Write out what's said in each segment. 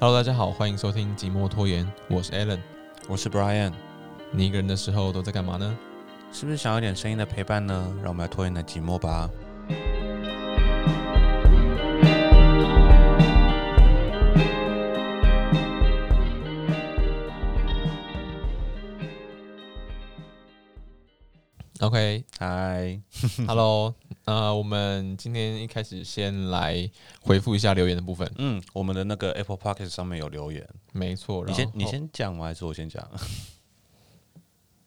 Hello，大家好，欢迎收听《寂寞拖延》，我是 Alan。我是 Brian，你一个人的时候都在干嘛呢？是不是想要点声音的陪伴呢？让我们来拖延你的寂寞吧。 OK，Hello，、嗨，呃，我们今天一开始先来回复一下留言的部分。嗯，我们的那个 Apple p o c k e t 上面有留言，没错，你先然后你先讲吗？还是我先 讲？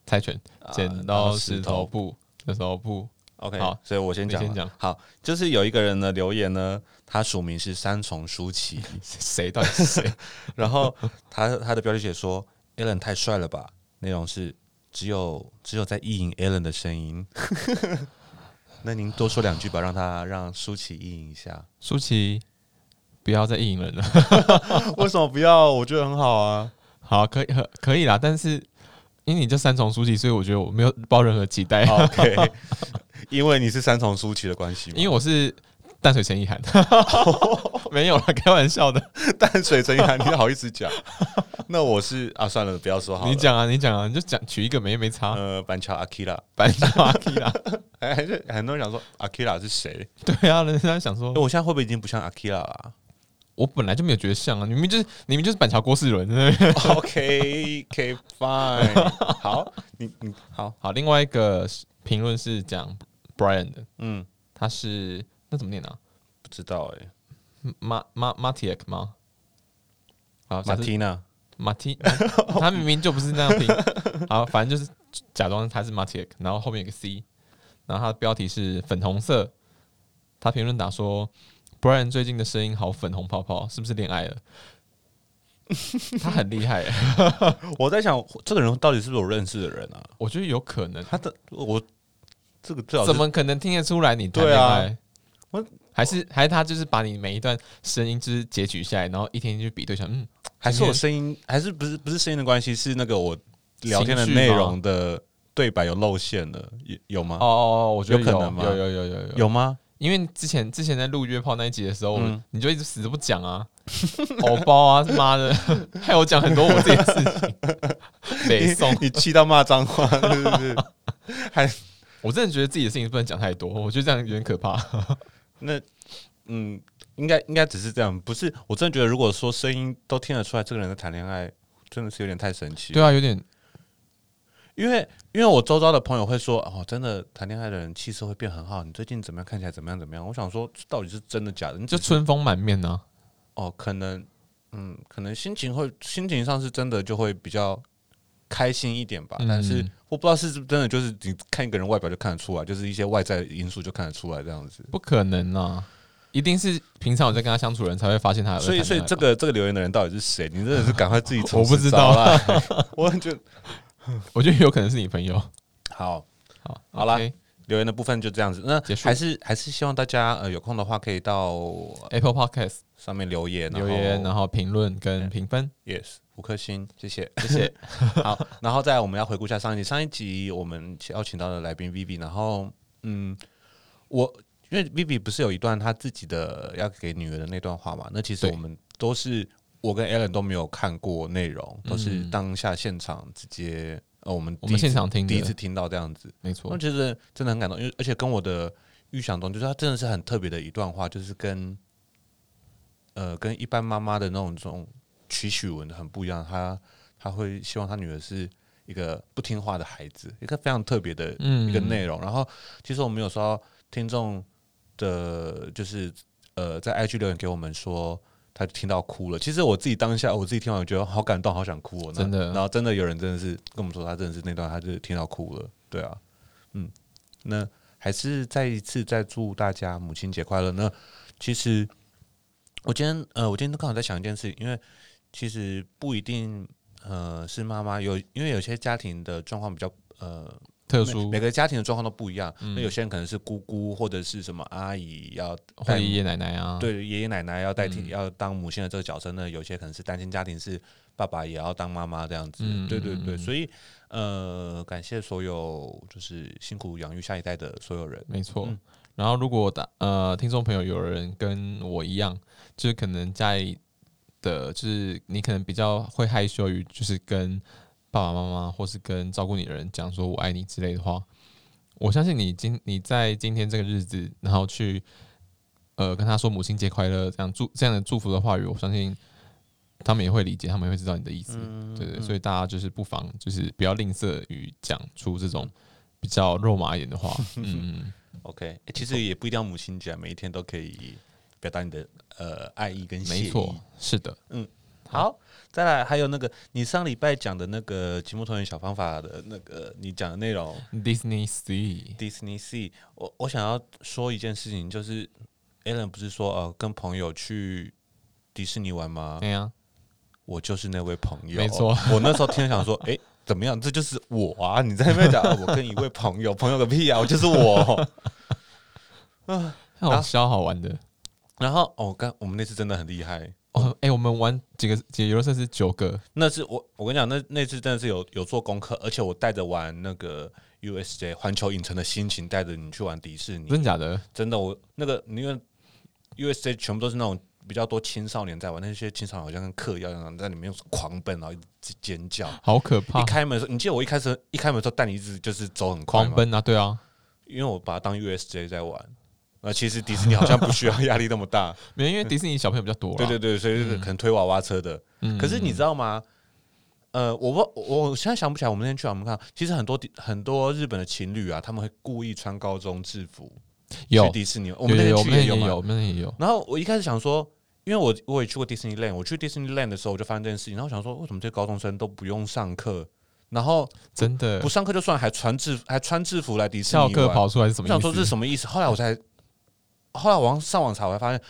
猜拳，啊剪刀石头布，石头布。 OK，好所以我先讲你了。先讲好，就是有一个人的留言呢，他署名是三重舒 淇，谁到底是谁？ 然后他他的标题写说 Alan 太帅了吧，内容是只有只有在意淫 Alan 的声 音。那您多说两句吧，让他让舒淇意淫一下。舒淇，不要再意淫人了。 为什么不要？我觉得很好啊。好，可以，可可以啦，但是因为你这三重舒淇，所以我觉得我没有抱任何期待， OK，因为你是三重舒淇的关系吗， 因为我是淡水陈意涵， 没有啦，开玩笑的。淡水陈意涵，你好意思讲？ 那我是啊，算了，不要说好了。你，讲啊，你讲啊，你就讲取一个没没差，啊呃，板桥阿 Kira，反正就阿 k 啦。哎，还是很多人想说阿 Kira 是谁？ 对啊，人家想说哎，，我现在会不会已经不像阿 Kira 了啊我本来就没有觉得像啊，你们就是你们就是板桥郭世伦。 ？OK，K fine，好，你你好，好，另外一个评论是讲 Brian 的，嗯，他是那怎么念啊？不知道哎，马马马蒂克吗？好，马马蒂蒂娜，马蒂， 他明明就不是那样拼。好，反正就是假装他是马蒂克，然后后面有个 C，然后他的标题是粉红色。他评论打说：“Brian 最近的声音好粉红泡泡，是不是恋爱了？”他很厉害耶，欸我在想这个人到底是不是我认识的人啊？我觉得有可能。他的我这个最好是怎么可能听得出来你谈对恋啊爱？我还是还是他就是把你每一段声音就是截取下来，然后一天一天去比对，想嗯，还是今我天声音，还是不是不是声音的关系，是那个我聊天的情绪吗内容的对白有露馅了，有有吗？哦哦，我觉得有可有能吗有有有有有有吗？因为之前之前在录约炮那一集的时候，嗯你就一直死都不讲啊， 偶包啊，妈 的，害我讲很多我自己的事情， 北宋， 你气到骂脏话， 是不是？我真的觉得自己的事情不能讲太多，我觉得这样有点可怕。那嗯，应该应该只是这样，不是？我真的觉得，如果说声音都听得出来，这个人在谈恋爱，真的是有点太神奇。对啊，有点因为因为我周遭的朋友会说，哦，真的谈恋爱的人气色会变很好，你最近怎么样？看起来怎么样？怎么样？我想说，这到底是真的假的？你就只是春风满面啊。哦，可能，嗯，可能心情会心情上是真的就会比较开心一点吧，嗯但是我不知道是不是真的，就是你看一个人外表就看得出来，就是一些外在因素就看得出来这样子。不可能啊！一定是平常有在跟他相处的人才会发现他有在所以，谈所恋以爱吧这个这个留言的人到底是谁？你真的是赶快自己从 我不实知道找来， 我很觉得我觉得有可能是你朋友。好。好，好啦 OK 留言的部分就这样子，那结束还是还是希望大家呃有空的话可以到，Apple Podcast 上面留言，留言，然然后后评论跟评分， yes 五颗星，谢谢。谢谢。 好，然后再来我们要回顾一下上一集，上一集我们邀请到的来宾 Vivi，然后嗯，我因为 Vivi 不是有一段她自己的要给女儿的那段话嘛？那其实对我们都是我跟 Alan 都没有看过内容，都是当下现场直接呃我们嗯我第一们次现场听第一次的，听到这样子，没我错，觉得真的很感动，因为而且跟我的预想中，就是她真的是很特别的一段话，就是跟呃跟一般妈妈的那种这种取许文很不一样，她她会希望她女儿是一个不听话的孩子，一个非常特别的嗯一个内容。然后其实我们有时候听众的，就是呃在 IG 留言给我们说。他听到哭了。其实我自己当下，我自己听完，我觉得好感动，好想哭、哦。那真的然后真的有人真的是跟我们说，他真的是那段，他就是听到哭了。对啊，嗯，那还是再一次再祝大家母亲节快乐。那其实我今天呃，我今天刚好在想一件事，因为其实不一定呃是妈妈有，因为有些家庭的状况比较呃特每殊嗯每个家庭的状况都不一样。那有些人可能是姑姑或者是什么阿姨要或带者爷爷奶奶啊，，对爷爷奶奶要代嗯替、要当母亲的这个角色呢，有些可能是单亲家庭是爸爸也要当妈妈这样子，嗯对对嗯对，嗯所以呃，感谢所有就是辛苦养育下一代的所有人，没错嗯。然后如果打呃听众朋友有人跟我一样，就是可能家里的，就是你可能比较会害羞于，就是跟爸爸妈妈或是跟照顾你的人讲说“我爱你”之类的话，我相信你今你在今天这个日子，然后去呃跟他说“母亲节快乐”这样祝这样的祝福的话语，我相信他们也会理解，他们也会知道你的意思。嗯对对，所以大家就是不妨就是不要吝啬于讲出这种比较肉麻一点的 话。嗯，嗯 OK，欸其实也不一定要母亲节啊，每一天都可以表达你的呃爱意跟谢没意。错，是的，好，再来还有那个你上礼拜讲的那个节目团员小方法的那个你讲的内容 Disney Sea， ，Disney Sea，我我想要说一件事情，就是 Alan 不是说呃跟朋友去迪士尼玩吗？对呀、啊我就是那位朋友，没错。我那时候听了想说， 诶，怎么样？这就是我啊！你在那边讲、啊我跟一位朋友，朋友个屁啊！我就是我。好笑哎好玩的。然后哦，刚我们那次真的很厉害，哦，哎、我们玩几个几个游乐设施九个，那次我我跟你讲，那那次真的是有有做功课，而且我带着玩那个 USJ 环球影城的心情，带着你去玩迪士尼，真的假的？真的我那个因为 USJ 全部都是那种比较多青少年在玩，那些青少年好像跟嗑药一样，在里面狂奔，然后一直尖叫。好可一怕！开门的时候，你记得我一开始一开门的时候带你一直就是走很快狂吗？奔啊，对啊，因为我把它当 USJ 在玩。那其实迪士尼好像不需要压力那么 大，没有，因为迪士尼小朋友比较多啦。啊对对对，所以就是可能推娃娃车的，嗯，可是你知道吗？呃，我不，我我现在想不起来，我们那天去哪啊我们看，其实很多地很多日本的情侣啊，他们会故意穿高中制服去有迪士尼，我我们那天有去也有有我们也有，我嘛。们那天也有，然后我一开始想说，因为我我也去过迪士尼 land，我去迪士尼 land 的时候，我就发现这件事情，然后我想说，为什哦么这些高中生都不用上课，然后真的不上课就算，还穿制还穿制服来迪士尼翘玩？课跑出来是什我么想意说这是思？什么意思？后来我才，后来网上网查，我才发现，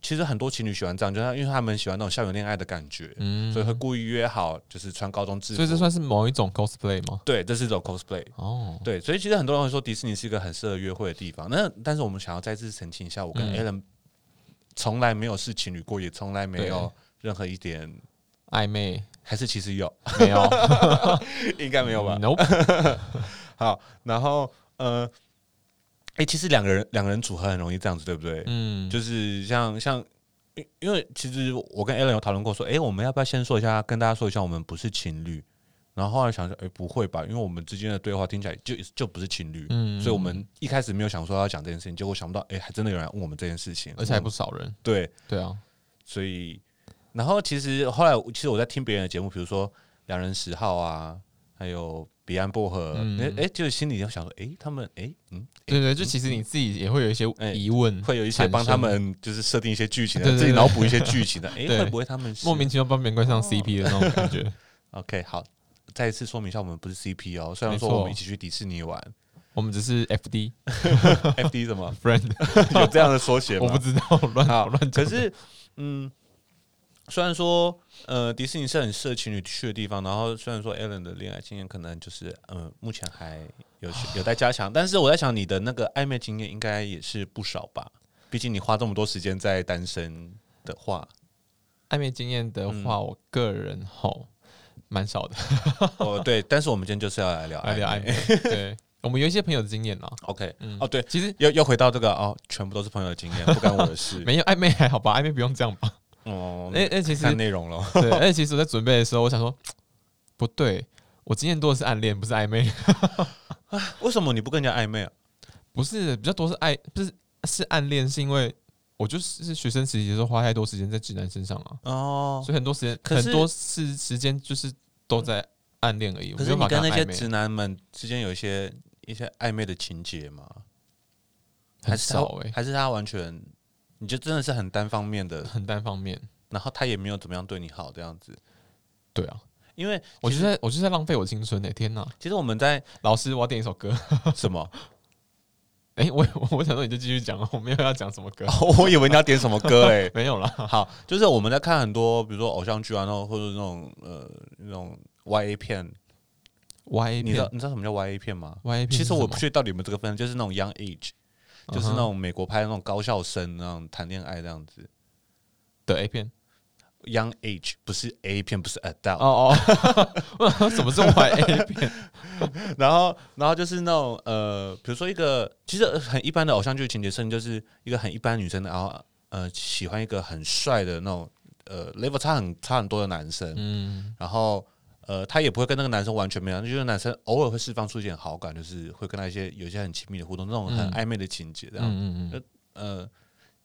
其实很多情侣喜欢这样，就是因为他们喜欢那种校园恋爱的感觉。嗯，所以会故意约好，就是穿高中制服。所以这算是某一种 cosplay 吗？对，这是一种 cosplay。哦，对，所以其实很多人会说迪士尼是一个很适合约会的地方。那但是我们想要再次澄清一下，我跟嗯 Alan 从来没有是情侣过，也从来没对有任何一点，暧昧 还是其实有，没有应该没有吧？ ？No，好，然后呃，哎、其实两个人两个人组合很容易这样子，对不对？嗯，就是像像，因因为其实我跟 Alan 有讨论过说，诶，我们要不要先说一下，跟大家说一下，我们不是情侣。然后后来想说，诶，不会吧？因为我们之间的对话听起来就就不是情侣，嗯 所以我们一开始没有想说要讲这件事情，结果想不到，诶，还真的有人来问我们这件事情，而且还不嗯少人，对，对啊，所以然后其实后来我，其实我在听别人的节目，比如说《良人十号》啊，还有《彼岸薄荷》嗯诶，诶，就是心里就想说，诶，他们，诶，嗯，对对，就其实你自己也会有一些哎疑问，会有一些产帮他生们就是设定一些剧情 的，对对自己对脑补一些剧 情的。诶，对会不会他们是哦莫名其妙帮别人冠上 CP 的那种感 觉。 OK？好，再一次说明一下，我们不是 CP 哦。虽然没说错我们一起去迪士尼玩 我们只是 FD ，FD 什么 friend，有这样的 缩写我不吗？知道乱 好乱讲可。是，嗯，虽然说呃，迪士尼是很适合情侣去的地方，然后虽然说 Alan 的恋爱经验可能就是嗯、呃目前还 有有待加强，但是我在想你的那个暧昧经验应该也是不少吧？毕竟你花这么多时间在单身 的话。暧昧经验的话，嗯我个人吼蛮少的，哦，对，但是我们今天就是要来聊来聊暧暧昧。昧。对，我们有一些朋友的经验啦。 OK，嗯哦，对，其实又又回到这个哦，全部都是朋友的经验，不干我的事。 没有暧昧还好吧，暧昧不用这样吧。哦，哎哎，其实看内 容了。对，而且其实我在准备的时候，我想说不对，我经验多的是暗恋，不是暧昧， 为什么你不跟人家暧昧啊？不是比较多是爱，不是是暗恋，是因为我就是是学生时期的时候花太多时间在直男身上啊，哦所，以很多时间可是很多是时间就是都在暗恋而已。我没可是有你办法跟那些暧昧直男们之间有一些一些暧昧的情节吗？还很是他少哎、还是他完全，你就真的是很单方面的，很单方面。然后他也没有怎么样对你好这样子。对啊，因为我其就实在我就在浪费我青春哎、天哪！其实我 们在老师，我要点一首歌。 什么？ 哎、我我我想说你就继续讲，我没有要讲什么歌， 我以为你要点什么歌嘞。没有啦。好，就是我们在看很多，比如说偶像剧啊，然后或者那种呃那种 Y A 片， Y A 你知道片你知道什么叫 Y A 片吗？ ，Y A 片其是实什么，嗯我不确定到底有没有这个分，就是那种 Young Age，就是那种美国拍的那种高校生那种谈恋爱这样子。的 A 片。 Young Age 不是 A 片，不是 adult，、哦哦， 我想说什么 是 Y A 片？然后然后就是那种呃，比如说一个其实很一般的偶像剧情节设定，就是一个很一般女生，然后呃喜欢一个很帅的那种呃 level 差很差很多的男生，嗯，然后呃，她也不会跟那个男生完全没有，就是男生偶尔会释放出一点好感，就是会跟他一些有一些很亲密的互动，那种很嗯暧昧的情节这样。嗯嗯嗯，呃，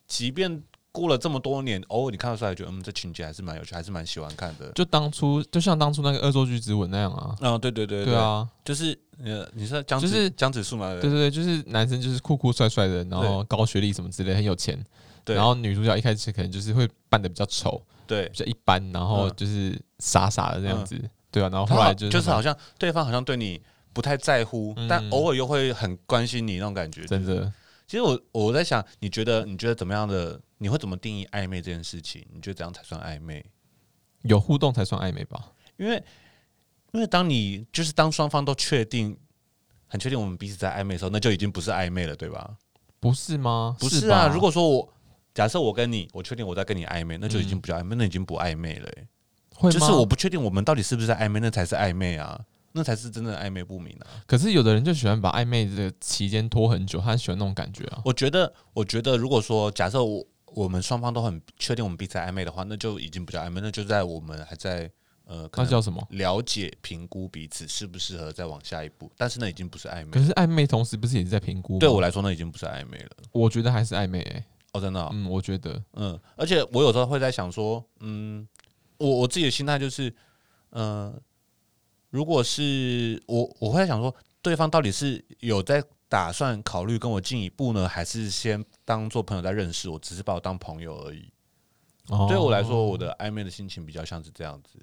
即便过了这么多年，偶尔你看得出来，觉得嗯，这情节还是蛮有趣，还是蛮喜欢看的。就当初就像当初那个《恶作剧之吻》那样啊，嗯，对对对对，啊，就是呃，你说江就子是江子树嘛，对对对，就是男生就是酷酷帅帅的，然后高学历什么之类，很有钱，对然后女主角一开始可能就是会扮的比较丑，对比，较一般，然后嗯就是傻傻的这样嗯子，对啊，然后他后来好就是就是什么好像对方好像对你不太在乎，嗯但偶尔又会很关心你那种感觉。真的，其实我我在想，你觉得你觉得怎么样的？你会怎么定义暧昧这件事情？你觉得怎样才算暧昧？有互动才算暧昧吧？因为因为当你就是当双方都确定很确定我们彼此在暧昧的时候，那就已经不是暧昧了，对吧？不是吗？不是是啊，吧如果说我假设我跟你，我确定我在跟你暧昧，那就已经不叫暧昧，那已经不暧昧了欸、嗯会就是吗我不确定我们到底是不是在暧昧，那才是暧昧啊，那才是真正的暧昧不明啊。可是有的人就喜欢把暧昧的期间拖很久，他喜欢那种感觉啊。我觉得，我觉得如果说假设我我们双方都很确定我们彼此在暧昧的话，那就已经不叫暧昧，那就在我们还在呃可那能叫什么？了解评估彼此适不适合再往下一步，但是那已经不是暧昧可。是暧昧同时不是也是在评估吗？对我来说，那已经不是暧昧了。我觉得还是暧昧、欸。哦，真的哦、嗯，我觉得嗯，而且我有时候会在想说，嗯，我我自己的心态就是，嗯、如果是我，我会在想说，对方到底是有在打算考虑跟我进一步呢，还是先当做朋友在认识我，只是把我当朋友而已？哦对我来说，我的暧昧的心情比较像是这样子。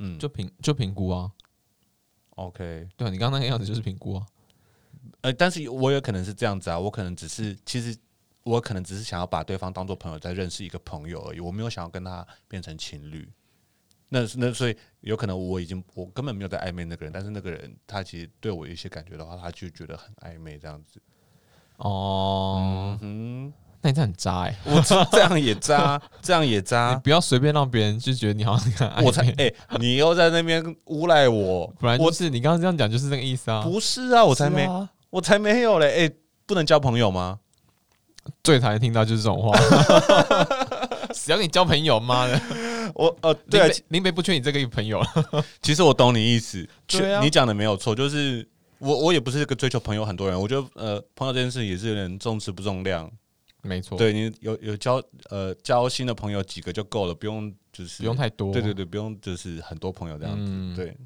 嗯，就评就评估啊。 OK，对啊，你刚刚那个样子就是评估啊。呃，但是我有可能是这样子啊，我可能只是其实。我可能只是想要把对方当做朋友，在认识一个朋友而已，我没有想要跟他变成情侣。那那所以有可能我已经我根本没有在暧昧那个人，但是那个人他其实对我有一些感觉的话，他就觉得很暧昧这样子。哦，嗯，那你这很渣哎、我这这样也渣，这样也你渣。不要随便让别人就 觉得你好像很暧昧啊我才哎、你又在那边诬赖我，不然就我是你刚刚这样讲就是那个意思啊。不是啊，我才没、是啊我才没有嘞。哎、不能交朋友吗？最讨厌听到就是这种 话，谁要跟你交朋友？妈的，我呃，对啊林，北林北不缺你这个朋友 了。其实我懂你意思，对啊确你讲的没有错，就是我我也不是一个追求朋友很多人，我觉得呃，朋友这件事也是有点重质不重量。哦没错，，对你有有交呃交新的朋友几个就够了，不用就是不用太多。对对对，不用就是很多朋友这样子。嗯 对，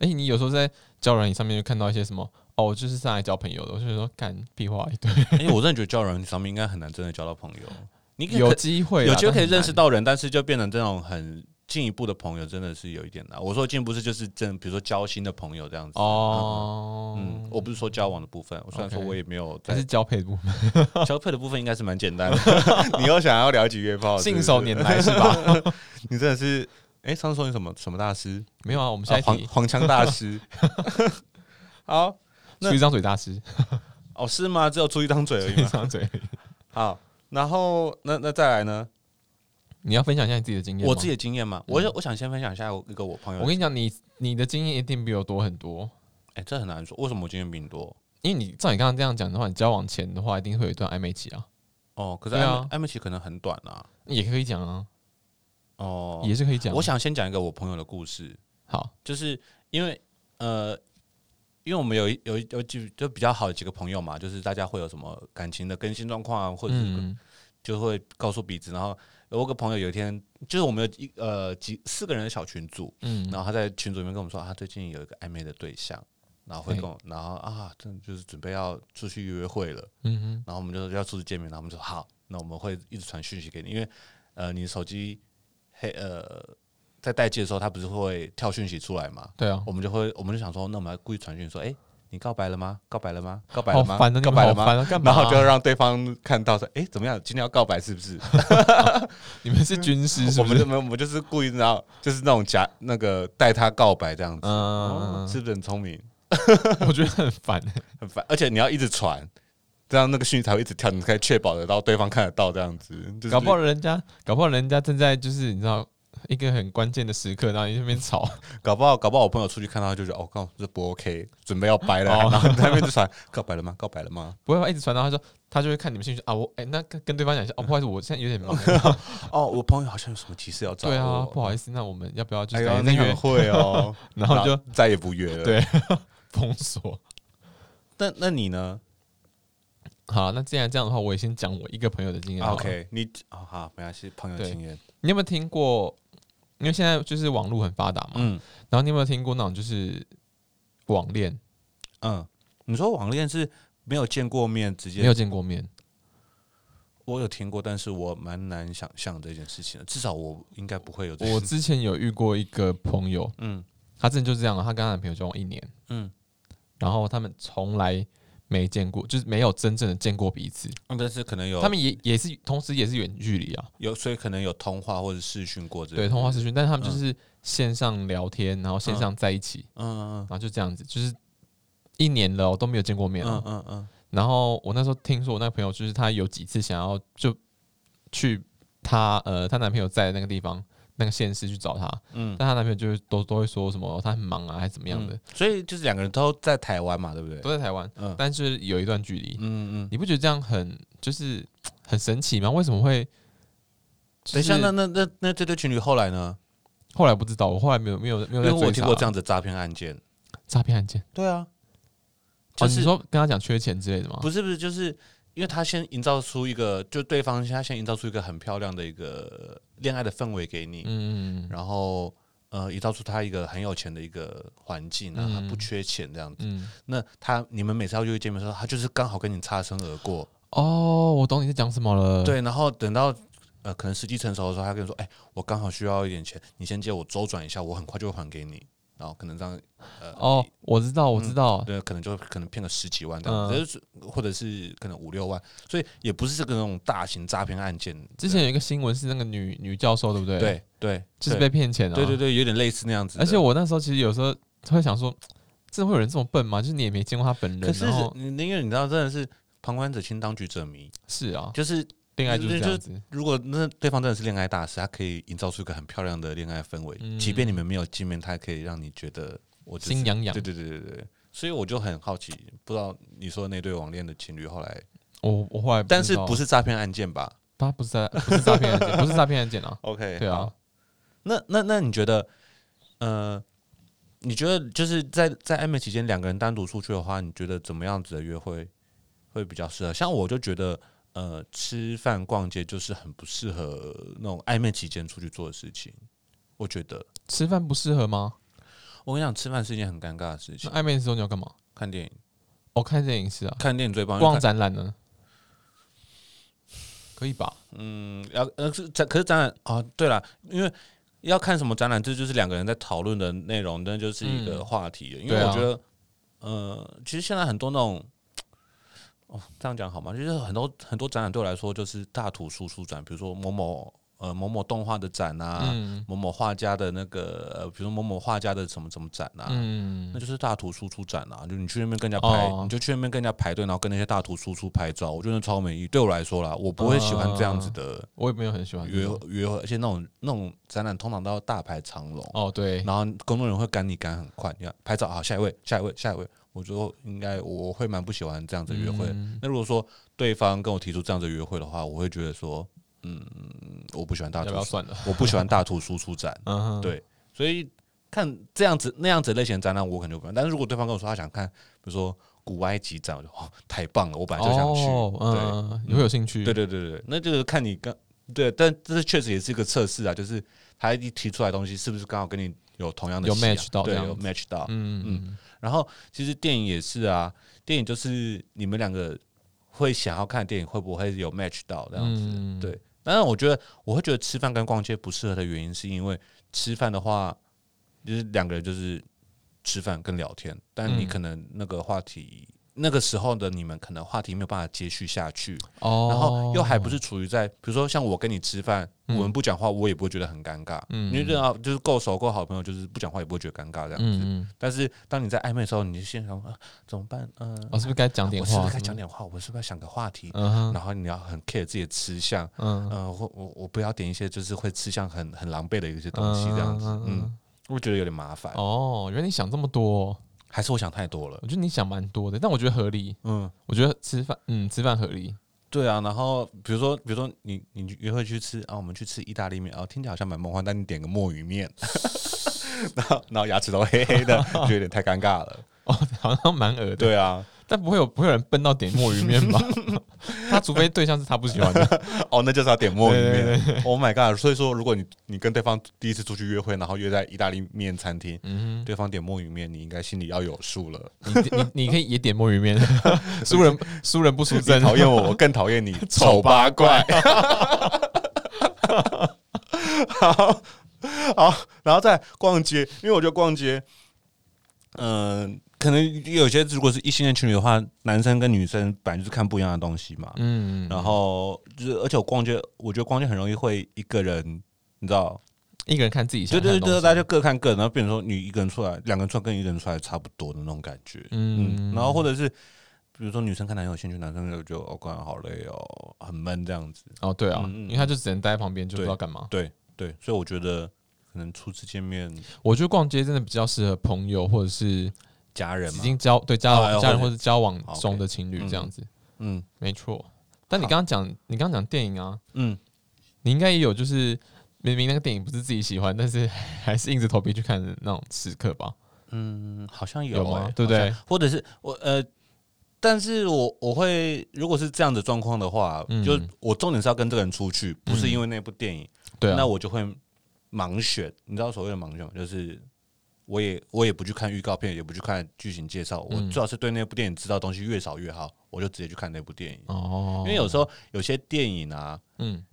哎、你有时候在交友软件上面就看到一些什么哦，我就是上来交朋友的，我就说干屁话一堆，因哎为我真的觉得交友软件上面应该很难真的交到朋友， 你可有机会啊啦有机会可以认识，但到人，但是就变成这种很进一步的朋友，真的是有一点难。我说进一步是就是真，比如说交心的朋友这样子。很难哦，嗯，我不是说交往的部分，虽然说 OK 我也没有还在是交配的部分，交配的部分应该是蛮简单的。 你又想要了解约炮，信手拈来是吧？ 是不是，你真的是，哎、上次说你什么什么大师？没有啊，我们下啊一黄题，黄腔大 师。好，那出一张嘴大师，哦，是吗？只有出一张嘴而出已一 吗？张嘴。好，然后那那再来呢？你要分享一下你自己的经验吗，嗯我自己的经验嘛，我我想先分享一下我一个我朋友我，跟你讲，你你的经验一定比我多很多，哎、这很难说，为什么我经验比你多？因为你照你刚刚这样讲的话，你交往前的话一定会有一段暧昧期啊，哦，可是对暧啊昧暧昧期可能很短啊。也可以讲啊，哦，也是可以讲啊。我想先讲一个我朋友的故事。好，就是因为呃，因为我们有一有一有几就比较好的几个朋友嘛，就是大家会有什么感情的更新状况啊，或者是嗯，就会告诉彼此。然后我有个朋友有一天，就是我们有一呃几四个人的小群组，嗯然后他在群组里面跟我们说，啊他最近有一个暧昧的对象，然后会跟我，然后啊，真的就是准备要出去约会了。嗯然后我们就要出去见面，然后我们就说好，那我们会一直传讯息给你，因为呃，你手机黑呃在待机的时候，它不是会跳讯息出来嘛？对啊，我们就会，我们就想说，那我们要故意传讯说，哎、你告白了吗？告白了吗？告白好了吗？烦啊，你告们白了好吗？烦啊，干嘛然啊？后就 让对方看到说，哎、怎么样？今天要告白是 不是？你们是军师是我不们是就？没有，我们就是故意然后就是那种假那个带他告白这样子，嗯，是不是很聪明？ 我觉得很烦。很烦，而且你要一直传，这样那个讯息才会一直跳，你才可以确保得到对方看得到这样子。就是、搞不好人家，搞不好人家正在就是你知道一个很关键的时刻，然后你这边吵， 搞不好搞不好我朋友出去看到就觉得哦，靠，这不 OK，准备要掰了，哦然后在那边就传告白了吗？告白了吗？不会吧一直传到他说，他就会看你们兴趣啊，我哎、那跟跟对方讲一下，哦，不好意思，我现在有点忙，哦，我朋友好像有什么急事要找我，对啊，不好意思，那我们要不要就哎是呦，改你天再很约会哦， 然后就再也不约了。对封锁？那那你呢好，那既然这样的话，我也先讲我一个朋友的经验好了。 ？OK，你哦好，没关系，朋友对经验，你有没有听过？因为现在就是网络很发达嘛，嗯然后你有没有听过那种就是网恋嗯，你说网恋是没有见过面，直接没有见过面？我有听过，但是我蛮难想象这件事情的。至少我应该不会有这 我件。之前有遇过一个朋友，嗯她之前就是这样，她跟她男朋友交往一年，嗯，然后他们从来没见过，就是没有真正的见过彼此。但是可能有他们也也是同时也是远距离啊，有，所以可能有通话或者视讯过这对，嗯通话视讯，但是他们就是线上聊天，然后线上在一起，嗯嗯然后就这样子，就是一年了哦都没有见过面嗯了。嗯嗯然后我那时候听说我那个朋友，就是她有几次想要就去她呃她男朋友在的那个地方那个县市去找她，嗯但她男朋友就是都都会说什么她很忙啊，还是怎么样的，嗯，所以就是两个人都在台湾嘛，对不对？都在台湾，嗯但是有一段距离。嗯嗯。你不觉得这样很就是很神奇吗？为什么会？等就一是下，那那那那这对情侣后来呢？后来不知道，我后来没有没有没有因在为我追有听查过这样子的诈骗案件。诈骗案件。对啊，哦，就你是说跟他讲缺钱之类的吗？不是不是，就是因为他先营造出一个，就对方他先营造出一个很漂亮的一个恋爱的氛围给你，嗯，嗯然后呃，营造出他一个很有钱的一个环境啊，他嗯不缺钱这样子。嗯，那他你们每次要约见面的时候，他就是刚好跟你擦身而过，哦，我懂你在讲什么了。，对，然后等到。呃，可能时机成熟的时候，他跟你说：“哎、我刚好需要一点钱，你先借我周转一下，我很快就会还给你。”然后可能这样，呃，哦，我知道，我知道，嗯对，可能就可能骗个十几万这样子，嗯就是或者是可能五六万，所以也不是这个那种大型诈骗案件。之前有一个新闻是那个女女教授，对不对？，对对，就是被对骗钱啊。对对对，有点类似那样子的。而且我那时候其实有时候会想说，真的会有人这么笨吗？就是你也没见过他本人，哦可是然后你因为你知道，真的是旁观者清，当局者迷，是啊，就是恋爱就是那这就样子。如果那对方真的是恋爱大师，他可以营造出一个很漂亮的恋爱氛围，嗯即便你们没有见面，他也可以让你觉得我就是心痒痒对对对对对。所以我就很好奇，不知道你说的那对网恋的情侣后来，我我后来但是知道不是诈骗案件吧他不是在不是诈骗案 件，不是诈骗案件啊。 ？OK，对啊，那那那你觉得，呃，你觉得就是在在暧昧期间两个人单独出去的话，你觉得怎么样子的约会会比较适合？像我就觉得，呃，吃饭逛街就是很不适合那种暧昧期间出去做的事情。我觉得，吃饭不适合吗？我跟你讲，吃饭是一件很尴尬的事那情。暧昧的时候你要干嘛？看电影，哦，看电影是啊，看电影最棒。逛看展览呢，可以吧？嗯，要呃是展，可是展览啊，对了，因为要看什么展览，这就是两个人在讨论的内容，那就是一个嗯话题了。因为对啊我觉得，呃，其实现在很多那种，哦，这样讲好吗？就是很多很多展览对我来说就是大图输出展，比如说某某呃某某动画的展啊，嗯某某画家的那个，呃，比如说某某画家的什么什么展啊。嗯那，就是大图输出展啊，就你去那边跟人家排，哦你就去那边跟人家排队，然后跟那些大图输出拍照，我觉得超没意义。对我来说啦，我不会喜欢这样子的我也没有很喜欢这约种约会，而且那种那种展览通常都要大排长龙，哦，对，然后工作人员会赶你赶很快，你要拍照好，下一位，下一位，下一位。我觉得应该我会蛮不喜欢这样子的约会。嗯那如果说对方跟我提出这样子的约会的话，我会觉得说，嗯，我不喜欢大要不图要输，算了？我不喜欢大图输出展，嗯哼，对所以看这样子那样子类型的展览我可能就不喜欢。但是如果对方跟我说他想看，比如说古埃及展，我就哦太棒了，我本来就想去。哦，嗯，你会有兴趣？对对对对，那就是看你刚对，但这确实也是一个测试啊，就是他一提出来的东西是不是刚好跟你有同样的有喜好 match 到对，这样有 match 到。嗯，嗯嗯，然后其实电影也是啊，电影就是你们两个会想要看的电影会不会有 match 到这样子？嗯对当然，我觉得我会觉得吃饭跟逛街不适合的原因，是因为吃饭的话，就是两个人就是吃饭跟聊天，但你嗯可能那个话题，那个时候的你们可能话题没有办法接续下去，哦然后又还不是处于在，比如说像我跟你吃饭，我嗯们不讲话，我也不会觉得很尴尬，嗯因为这样就是够熟够好朋友，就是不讲话也不会觉得尴尬这样子。嗯嗯，但是当你在暧昧的时候，你就现场啊怎么办？嗯、我哦是不是该讲点我是不话？是该讲点话？我是不是要想个话题？嗯哼然后你要很 care 自己的吃相，嗯嗯、或我我不要点一些就是会吃相很很狼狈的一些东西这样子，嗯，我觉得有点麻烦，哦，原来你想这么多，还是我想太多了，我觉得你想蛮多的，但我觉得合理。嗯。我觉得吃饭，嗯，吃饭合理。 对啊，然后比如说，比如说你你约会去吃啊，我们去吃意大利面啊，听起来好像蛮梦幻，但你点个墨鱼 面，然后然后牙齿都黑黑的，就有点太尴尬 了。哦，好像蛮恶的，对啊，但不会有不会有人笨到点墨鱼面吧？他除非对象是他不喜欢的， 哦，那就是要点墨鱼面。对 oh my god！所以说，如果你你跟对方第一次出去约会，然后约在意大利面餐厅，嗯对方点墨鱼面，你应该心里要有数了。哼，你你你可以也点墨鱼面， 输人输人不输你阵，讨厌我，我更讨厌你， 丑丑八八怪。 好好，然后再逛街，因为我觉得逛街，嗯、可能有些如果是异性恋情侣的话，男生跟女生本来就是看不一样的东西嘛。嗯，然后就是，而且我逛街，我觉得逛街很容易会一个人，你知道，一个人看自己想对看的对东西，对，大家就各看各的，然后变成说你一个人出来，两个人出来跟一个人出来差不多的那种感觉。嗯嗯，然后或者是比如说女生看男生有兴趣，男生就觉得哦，感觉好累哦，很闷这样子。哦对啊，嗯嗯因为他就只能待在旁边，就不对知道干嘛。对对，所以我觉得可能初次见面，我觉得逛街真的比较适合朋友或者是家人已嘛，经交对交哦哎往家人或者哦或者交往好，OK 中的情侣这样子，嗯没错。但你刚刚讲，你刚刚讲电影啊，嗯，你应该也有就是明明那个电影不是自己喜欢，但是 还是硬着头皮去看的那种时刻吧？嗯，好像有、有欸，吗好对不像对？或者是我呃，但是我我会，如果是这样的状况的话，嗯就我重点是要跟这个人出去，不是因为那部电影，对啊，那我就会盲选。你知道所谓的盲选吗？就是我也我也不去看预告片，也不去看剧情介绍，我嗯最好是对那部电影知道的东西越少越好，我就直接去看那部电影。哦因，为有时候有些电影啊，嗯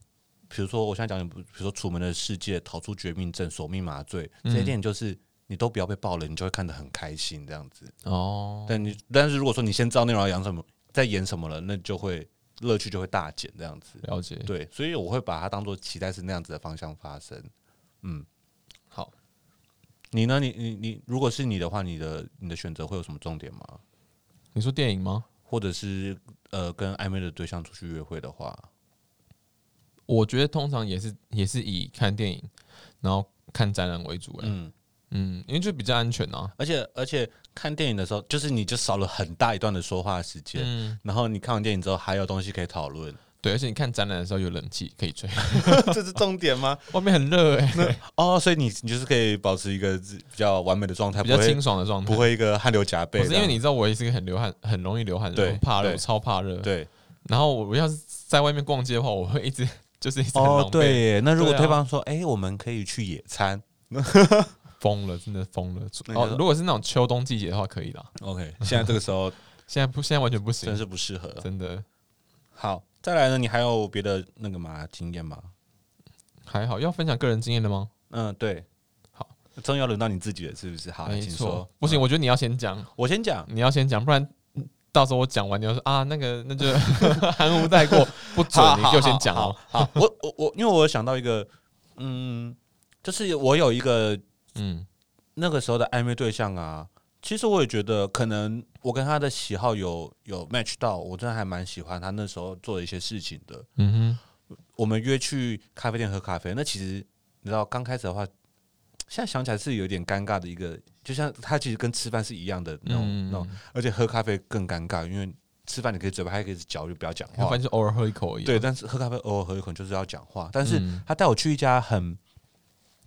比如说我现在讲你，比如说《楚门的世界》《逃出绝命镇》《索命麻醉》嗯这些电影，就是你都不要被爆了，你就会看得很开心这样子。哦，但你但是如果说你先知道内容要讲什么，在演什么了，那就会乐趣就会大减这样子。了解。对，所以我会把它当做期待是那样子的方向发生。嗯，好，你呢？你你你，如果是你的话，你的你的选择会有什么重点吗？你说电影吗？或者是呃，跟暧昧的对象出去约会的话，我觉得通常也是也是以看电影，然后看展览为主、欸。嗯，嗯，因为就比较安全啊。而且而且看电影的时候，就是你就少了很大一段的说话时间，嗯，然后你看完电影之后还有东西可以 讨论，对，而且你看展览的时候有冷气可以吹，这是重点吗？外面很热哎、哦，所以你你就是可以保持一个自比较完美的状态，比不较会清爽的状态。不会一个汗流浃背不这是因样。为你知道我也是一个很流汗、很容易流汗的人，对我怕热，对我超怕热。对然后我要是在外面逛街的话，我会一直就是一 直很哦狼狈，对耶，那如果对啊对方说哎、我们可以去野餐疯了，真的疯了。那你哦就，如果是那种秋冬季节的话，可以啦。 ，OK，现在 这个 时候现在不，现在完全不行真，是不适合。真的好，再来呢，你还有别的那个嘛经验吗？还好。要分享个人经验的吗？嗯，对，好，终于要轮到你自己了，是不是？好，没请说嗯错，。不行，我觉得你要先讲，我先讲，你要先讲，不然嗯到时候我讲完你要说啊，那个那 就含糊带过，不准，你就先讲哦。好。 好，我我我，因为我有想到一个，嗯，就是我有一个嗯那个时候的暧昧对象啊，其实我也觉得可能我跟他的喜好有有 match 到，我真的还蛮喜欢他那时候做的一些事情的。嗯我们约去咖啡店喝咖啡，那其实你知道刚开始的话，现在想起来是有点尴尬的一个，就像他其实跟吃饭是一样的哼，那种、嗯那种，而且喝咖啡更尴尬，因为吃饭你可以嘴巴还可以嚼，就不要讲要话不。然就偶尔喝一口而已。啊对，，但是喝咖啡偶尔喝一口就是要讲话。但是嗯他带我去一家很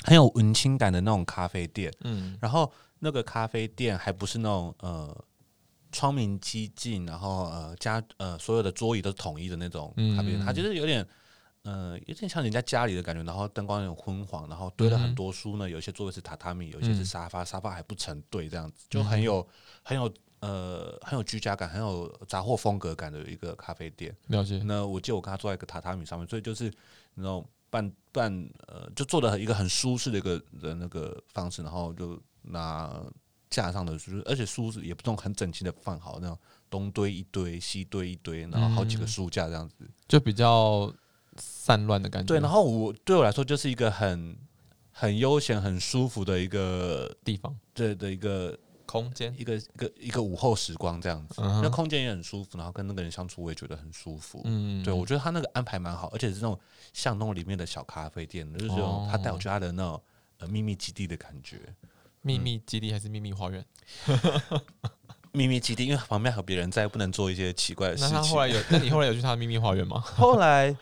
很有文青感的那种咖啡店，嗯然后那个咖啡店还不是那种呃窗明几净，然后呃家呃所有的桌椅都是统一的那种嗯咖啡店，它就是有点。呃，有点像人家家里的感觉，然后灯光有点昏黄，然后堆了很多书呢。有一些座位是榻榻米，有一嗯些是沙发，沙发还不成对，这样子就很有、很有呃很有居家感，很有杂货风格感的一个咖啡店。了解。那我记得我跟他坐在一个榻榻米上面，所以就是那种半半呃，就坐的一个很舒适的一个的那个方式，然后就拿架上的书，而且书是也不是那种很整齐的放好那种，东堆一堆，西堆一堆，然后好几个书架这样子。就比较散乱的感觉。对，然后我对我来说就是一个很很悠闲、很舒服的一个地方对的一个空间，一个一个一个午后时光这样子。嗯那哼空间也很舒服，然后跟那个人相处我也觉得很舒服。嗯，对，我觉得他那个安排蛮好，而且是那种巷弄里面的小咖啡店，就是那种哦他带我去他的那种呃秘密基地的感觉。秘密基地还是秘密花园？秘密基地，因为旁边还有别人在，不能做一些奇怪的事那他情。后来有， 那你后来有去他的秘密花园吗？后来，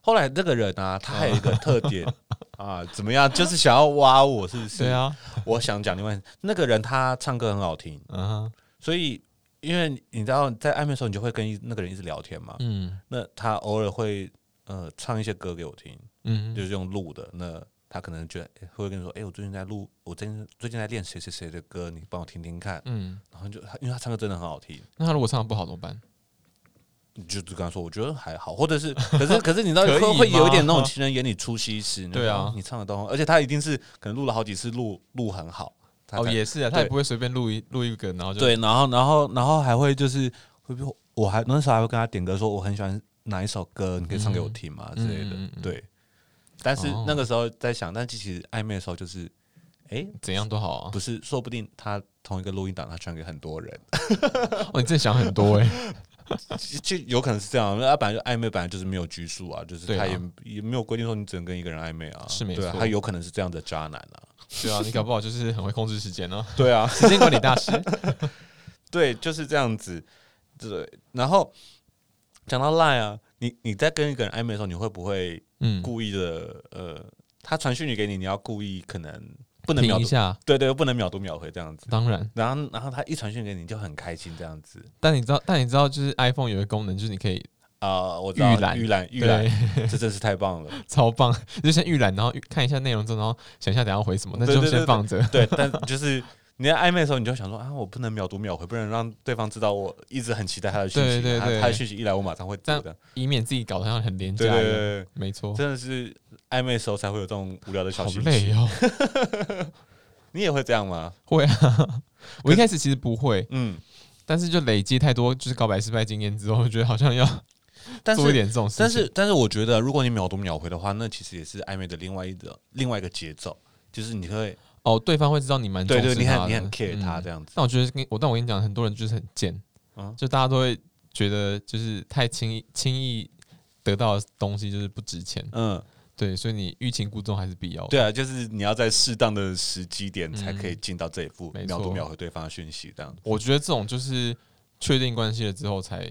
后来这个人啊，他还有一嗯个特点啊，怎么样？就是想要挖我， 是不是？对。啊，我想讲另外，那个人他唱歌很好听，嗯哼所以因为你知道在暧昧的时候，你就会跟那个人一直聊天嘛。嗯那他偶尔会呃唱一些歌给我听，嗯，就是用录的。那他可能觉得、会跟你说：“哎、我最近在录，我最近最近在练谁谁谁的歌，你帮我听听看。嗯，”然后就因为他唱歌真的很好听，那他如果唱的不好怎么办？你就只跟他说：“我觉得还好。”或者是，可是可是你知道可以会会有一点那种吗情人眼里出西施，你对啊知道吗你唱的都很好，而且他一定是可能录了好几次，录录很好。他哦，才也是啊，他也对不会随便录一录一个，然后就对，然后然后然后还会就是会不会我还那时候还会跟他点歌说我很喜欢哪一首歌，你可以唱给我听嘛、嗯之类的嗯嗯嗯。对，但是哦那个时候在想，但其实暧昧的时候就是，哎、怎样都好啊不。是，说不定他同一个录音档他传给很多人， 哦，你真的想很多哎、其就有可能是这样。他本来就暧昧，本来就是没有拘束啊，就是对啊他也也没有规定说你只能跟一个人暧昧啊，是没对啊错他有可能是这样的渣男 啊，对啊，你搞不好就是很会控制时间哦，对啊，时间管理大师。 对，就是这样子。对，然后讲到赖啊，你你在跟一个人暧昧的时候，你会不会嗯，故意的？呃，他传讯息给你，你要故意可能不能秒停一读，下，对对，不能秒读秒回这样子。当然。然后然后他一传讯给你，你就很开心这样子。但你知道，但你知道，就是 iPhone 有一个功能，就是你可以啊、我知道预览预览预对 览，这真是太棒了。超棒，你就先预览，然后预看一下内容之后，然后想一下等一下回什么，那对就对先对放着。对，但就是你在暧昧的时候，你就想说啊，我不能秒读秒回，不能让对方知道我一直很期待他的讯对息。对他对他的讯息一来，我马上会这读样的。以免自己搞得好像很廉价对对对一样。对。没错，真的是暧昧的时候才会有这种无聊的小好心累情。 哦。你也会这样吗？会 啊，我一开始其实不会，嗯，但是就累积太多就是告白失败经验之后，我觉得好像要但做一是点这种事情。但是但是，我觉得如果你秒读秒回的话，那其实也是暧昧的另外一个另外一个节奏，就是你会哦，对方会知道你蛮重对视对，你他很你的很 care 他嗯这样子。但我觉得跟我，但我跟你讲，很多人就是很贱，嗯就大家都会觉得就是太轻易轻易得到的东西就是不值钱，嗯，对，所以你欲擒故纵还是必要的。对啊，就是你要在适当的时机点才可以嗯进到这一步，没秒读错秒回对方的讯息这样。我觉得这种就是确定关系了之后才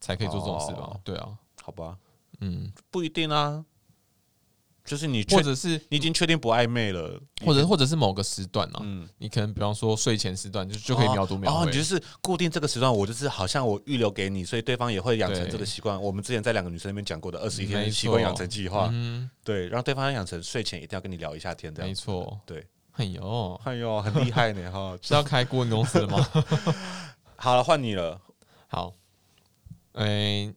才可以做这种事吧？哦对啊，好吧，嗯，不一定啊，就是你确嗯或者是你已经确定不暧昧了，或者或者是某个时段啊，嗯，你可能比方说睡前时段就就可以秒读秒回，哦，你就是固定这个时段，我就是好像我预留给你，所以对方也会养成这个习惯。我们之前在两个女生那边讲过的二十一没天错习惯养成计划，嗯，对，让对方养成睡前一定要跟你聊一下天这没样。错，对，哎呦，哎呦，很厉害呢哈！是要开顾问公司的吗？好了，换你了。好，哎、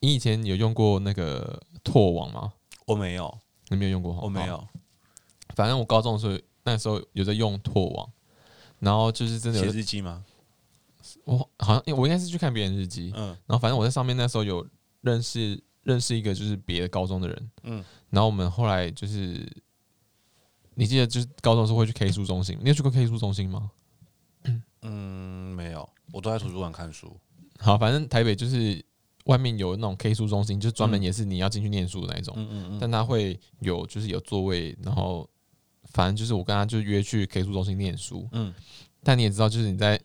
你以前有用过那个拓网吗？我没有，你没有用过？我没哦好。有，反正我高中的时候，那时候有在用拓网，然后就是真的写有，日记吗？我好像我应该是去看别人日记，嗯然后反正我在上面那时候有认识认识一个就是别的高中的人，嗯，然后我们后来就是，你记得就是高中的时候会去 K 书中心，你有去过 K 书中心吗？嗯，没有，我都在图书馆看书。好，反正台北就是外面有那种 K 书中心，就专门嗯也是你要进去念书的那一种，嗯嗯嗯，哦但他会有就是有座位，然后反正就是我跟他就约去 K 书中心念书，嗯，但你也知道，就是你在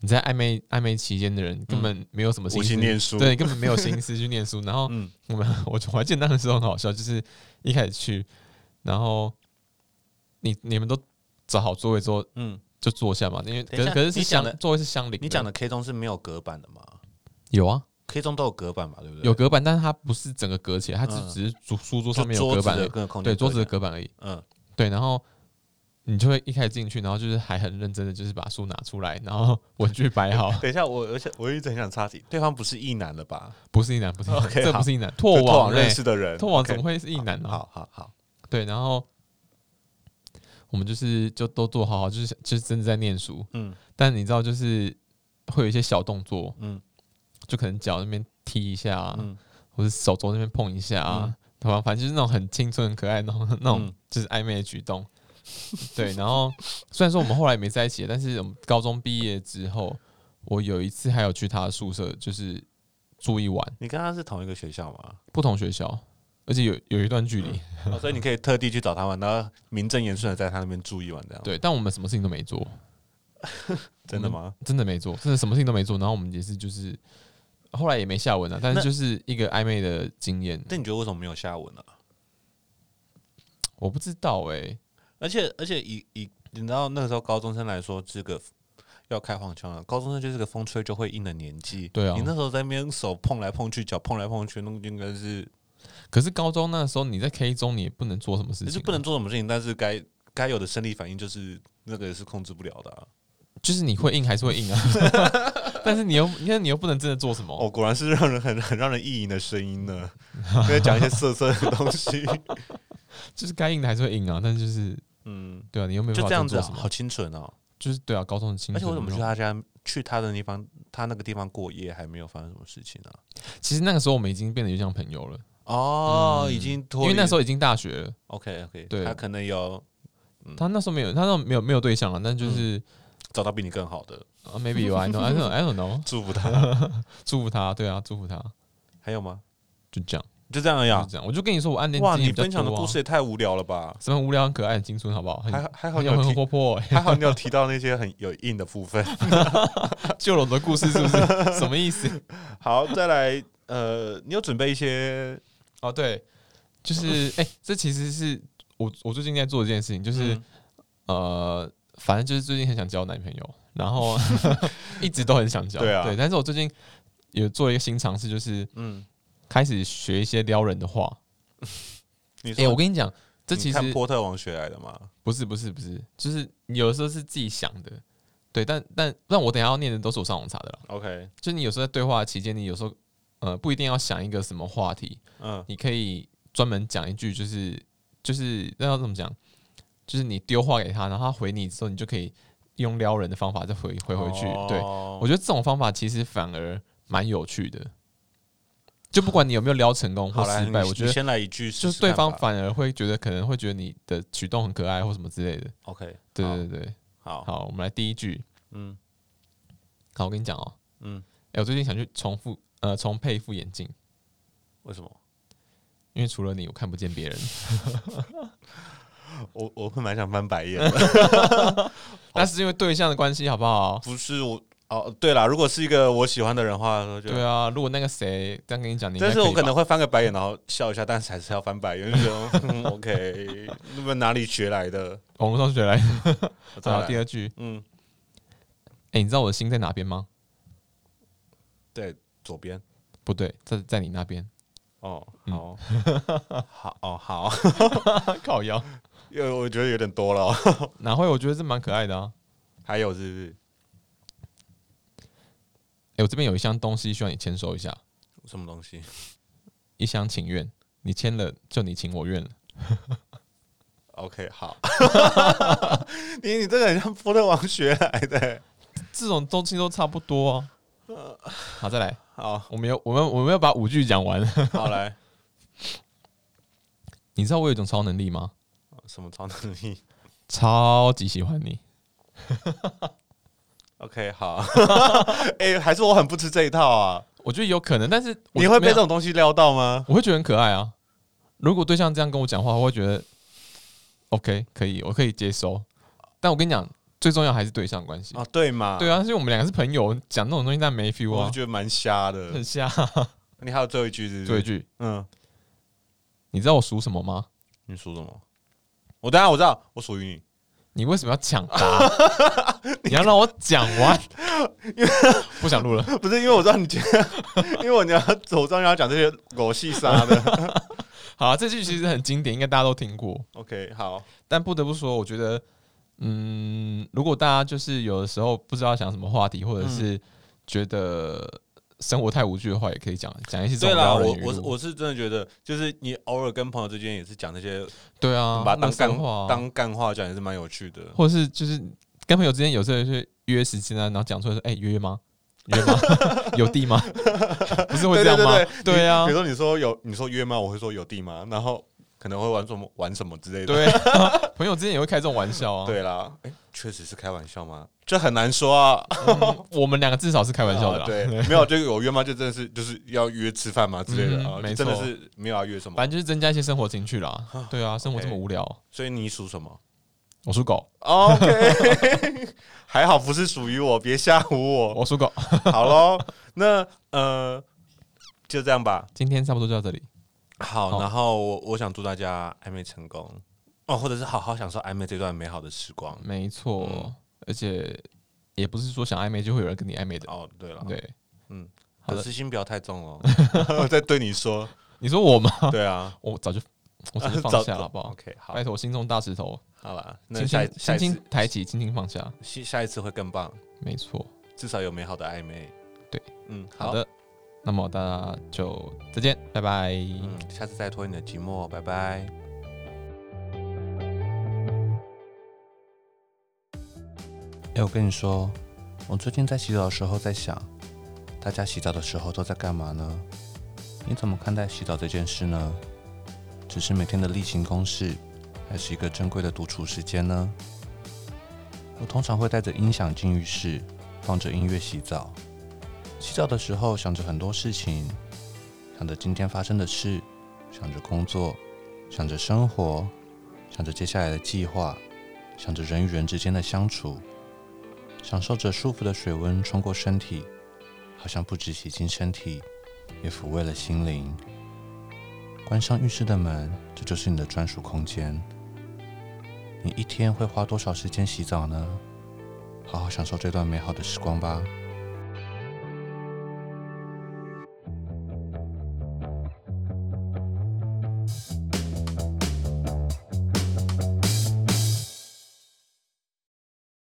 你在暧昧暧昧期间的人根本没有什么我心思去嗯念书。对，根本没有心思去念书，然后嗯我们我我还记得那个时候很好笑，就是一开始去，然后你你们都找好座位之后嗯，就坐下嘛，因为可等一是下可是是你讲相的座位是相邻，你讲的 K 中是没有隔板的吗有啊？K 中都有隔板吧？对不对？有隔板，但是它不是整个隔起来，它只嗯只是主书桌就上面有桌隔子板而的已，跟空间对，桌子的隔隔板而已，板。嗯对，然后。你就会一开始进去，然后就是还很认真的，就是把书拿出来，然后 文具摆好。等一下，我而且我一直很想插题，对方不是异男了吧？不是一男，不是一男， OK，这好不是一男，就拓拓网网认嘞识的人，拓网 OK 怎么会是一男呢？好好好，对，然后我们就是就都做好好，就是就是真的在念书。嗯但你知道，就是会有一些小动作，嗯就可能脚那边踢一下、啊，嗯或者手肘那边碰一下啊，对吧？反正就是那种很青春、很可爱那种、 那种嗯就是暧昧的举动。对，然后虽然说我们后来没在一起，但是我们高中毕业之后，我有一次还有去他的宿舍，就是住一晚，你跟他是同一个学校吗？不同学校，而且有有一段距离。哦所以你可以特地去找他玩，然后名正言顺的在他那边住一晚，这样。，对，但我们什么事情都没做，真的吗？真的没做，真的什么事情都没做。然后我们也是就是后来也没下文啊了，但是那就是一个暧昧的经验，但你觉得为什么没有下文呢、我不知道哎、而且而且以以你知道那个时候高中生来说，这个要开黄腔了。啊高中生就是个风吹就会硬的年纪，对啊你那时候在那边手碰来碰去，脚碰来碰去，那应该是可是高中那时候你在 K 中你也不能做什么事就情啊、是不能做什么事情，但是该该有的生理反应就是那个也是控制不了的、啊。就是你会硬还是会硬啊， 但是你又那你又不能真的做什么，哦，果然是让人很很让人意淫的声音 呢，在讲一些色色的东西。就是该硬的还是会硬啊，但是就是嗯，对啊，你又没有 就办这法样真子、的啊，做什么，好清纯哦。就是对啊，高中的青而且春我怎么那去种啊他家去他的地方，他那个地方过夜还没有发生什么事情呢、其实那个时候我们已经变得有像朋友了，啊？哦，嗯已经脱因离，为那时候已经大学了， OK OK，对他可能有嗯他那时候没有，他那时候没有没有对象啊，但就是、找到比你更好的，啊 maybe you I know I don't I don't know，祝福 他。祝福他，对啊，祝福他，还有吗？就这样，就这样而已就啊。这样，我就跟你说我暗恋哇，经历你比较分享的多啊故事也太无聊了吧？什么无聊很可爱很青春好不好？很还还好很你有有很提，活泼、欸， 还好你有提到那些很有硬的部分。救了我的故事是不是？ 什么意思？好，再来，呃，你有准备一些哦，对， 就是哎、这其实是我我最近在做的一件事情，就是、嗯呃，反正就是最近很想交男朋友，然 后一直都很想交，对啊但是我最近也做了一个新尝试，就是嗯，开始学一些撩人的话。你哎、说我跟你讲，这你其实看波特王学来的吗？不是不是不是，就是你有的时候是自己想的，对，但但但我等一下要念的都是我上网查的啦。 OK，就是你有时候在对话期间，你有时候呃不一定要想一个什么话题，嗯你可以专门讲一句、就是，就是那要怎么讲？就是你丢话给他，然后他回你之后，你就可以用撩人的方法再回回回去。哦对我我觉得这种方法其实反而蛮有趣的，就不管你有没有撩成功或好来，失败，你我觉你得先来一句就试试看吧，是对方反而会觉得可能会觉得你的举动很可爱或什么之类的。 OK，对好对对，好，好，我们来第一句。嗯好，我跟你讲哦，嗯，哎、我最近想去重复呃重配一副眼镜，为什么？因为除了你，我看不见别人。我我会蛮想翻白眼的，那是因为对象的关系，好不好？ 不是我哦，对啦，如果是一个我喜欢的人的话，我就对啊，如果那个谁这样跟你讲，你应该但是我以吧可能会翻个白眼，然后笑一下，但是还是要翻白眼，就觉 得、嗯、OK，那么哪里学来的？网络上学来。我再然后来第，二句，嗯，哎、你知道我的心在哪边吗？对，左边，不对，在在你那边。哦，嗯好，好，哦，好，靠腰，因为我觉得有点多了 哦、哪会？我觉得这蛮可爱的啊。还有是不是哎、我这边有一箱东西需要你签收一下，什么东西？一箱情愿，你签了就你情我愿了。 OK，好， 你你这个很像波特王学来的、这种东西都差不多啊。呃好，再来，好，我们有我们我们要把五句讲完。好来，你知道我有一种超能力吗？什么超能力超级喜欢你。 ？OK，好， 哎、还是我很不吃这一套啊！我觉得有可能，但是我你会被没有这种东西撩到吗？我会觉得很可爱啊。如果对象这样跟我讲话，我会觉得 OK，可以，我可以接收。但我跟你讲，最重要还是对象关系。啊，对嘛，对啊，因为我们两个是朋友，讲那种东西但没 feel 我啊就，觉得蛮瞎的很。瞎。你还有最后一句是不是？最后一句，嗯，你知道我属什么吗？你属什么？我等一下我知道，我属于你。你为什么要抢答？你要让我讲完，不想录了。 不是因为我知道你今 天，因为我你要走上要讲这些狗戏杀的。好啊、这句其实很经典，应该大家都听过。 OK，好，但不得不说，我觉得，嗯，如果大家就是有的时候不知道想什么话题，或者嗯是觉得生活太无趣的话，也可以讲讲一些这对种啦，撩人我语我是录我是真的觉得，就是你偶尔跟朋友之间也是讲这些，对啊，把它当垃圾干话啊、当干话讲也是蛮有趣的。或者是就是跟朋友之间有时候去约时间啊，然后讲出来说，哎、约约吗？约吗？ 有地吗？ 不是会这样吗？对啊比，如说你说有，你说约吗？我会说有地吗？然后可能会玩什么玩什么之类的。对，啊 朋友之间也会开这种玩笑啊。对啦，哎、确实是开玩笑吗？这很难说啊。嗯，我们两个至少是开玩笑的啦。啊对，没有这个有约吗？就真的是就是要约吃饭吗之类的嗯啊，没真的错是没有要约什么。反正就是增加一些生活情趣啦。对啊，生活这么 OK 无聊，所以你属 什么哦我属狗， ？OK，还 好不是属于我，别吓唬我。我属狗。 好喽，那呃，就这样吧。今天差不多就到这里，好，好然后我我想祝大家暧昧成功哦，或者是好好享受暧昧这段美好的时光。没错嗯，而且也不是说想暧昧就会有人跟你暧昧的。哦，对了，对，嗯，好可的，是心不要太重哦。 我在对你说，你说我吗？对啊我早就我早就 早放下了，好不好？ ，OK，好拜，托，心中大石头，好了，那轻下一轻下轻一轻次抬起，轻轻放下，下下一次会更棒，没错。至少有美好的暧昧。对，嗯，好，的，那么大家就再见，拜拜。嗯，下次再拖你的寂寞，拜拜。哎、我跟你说，我最近在洗澡的时候在想，大家洗澡的时候都在干嘛呢？你怎么看待洗澡这件事呢？只是每天的例行公事，还是一个珍贵的独处时间呢？我通常会带着音响进浴室，放着音乐洗澡。洗澡的时候想着很多事情，想着今天发生的事，想着工作，想着生活，想着接下来的计划，想着人与人之间的相处，享受着舒服的水温冲过身体，好像不止洗净身体，也抚慰了心灵。关上浴室的门，这就是你的专属空间。你一天会花多少时间洗澡呢？好好享受这段美好的时光吧。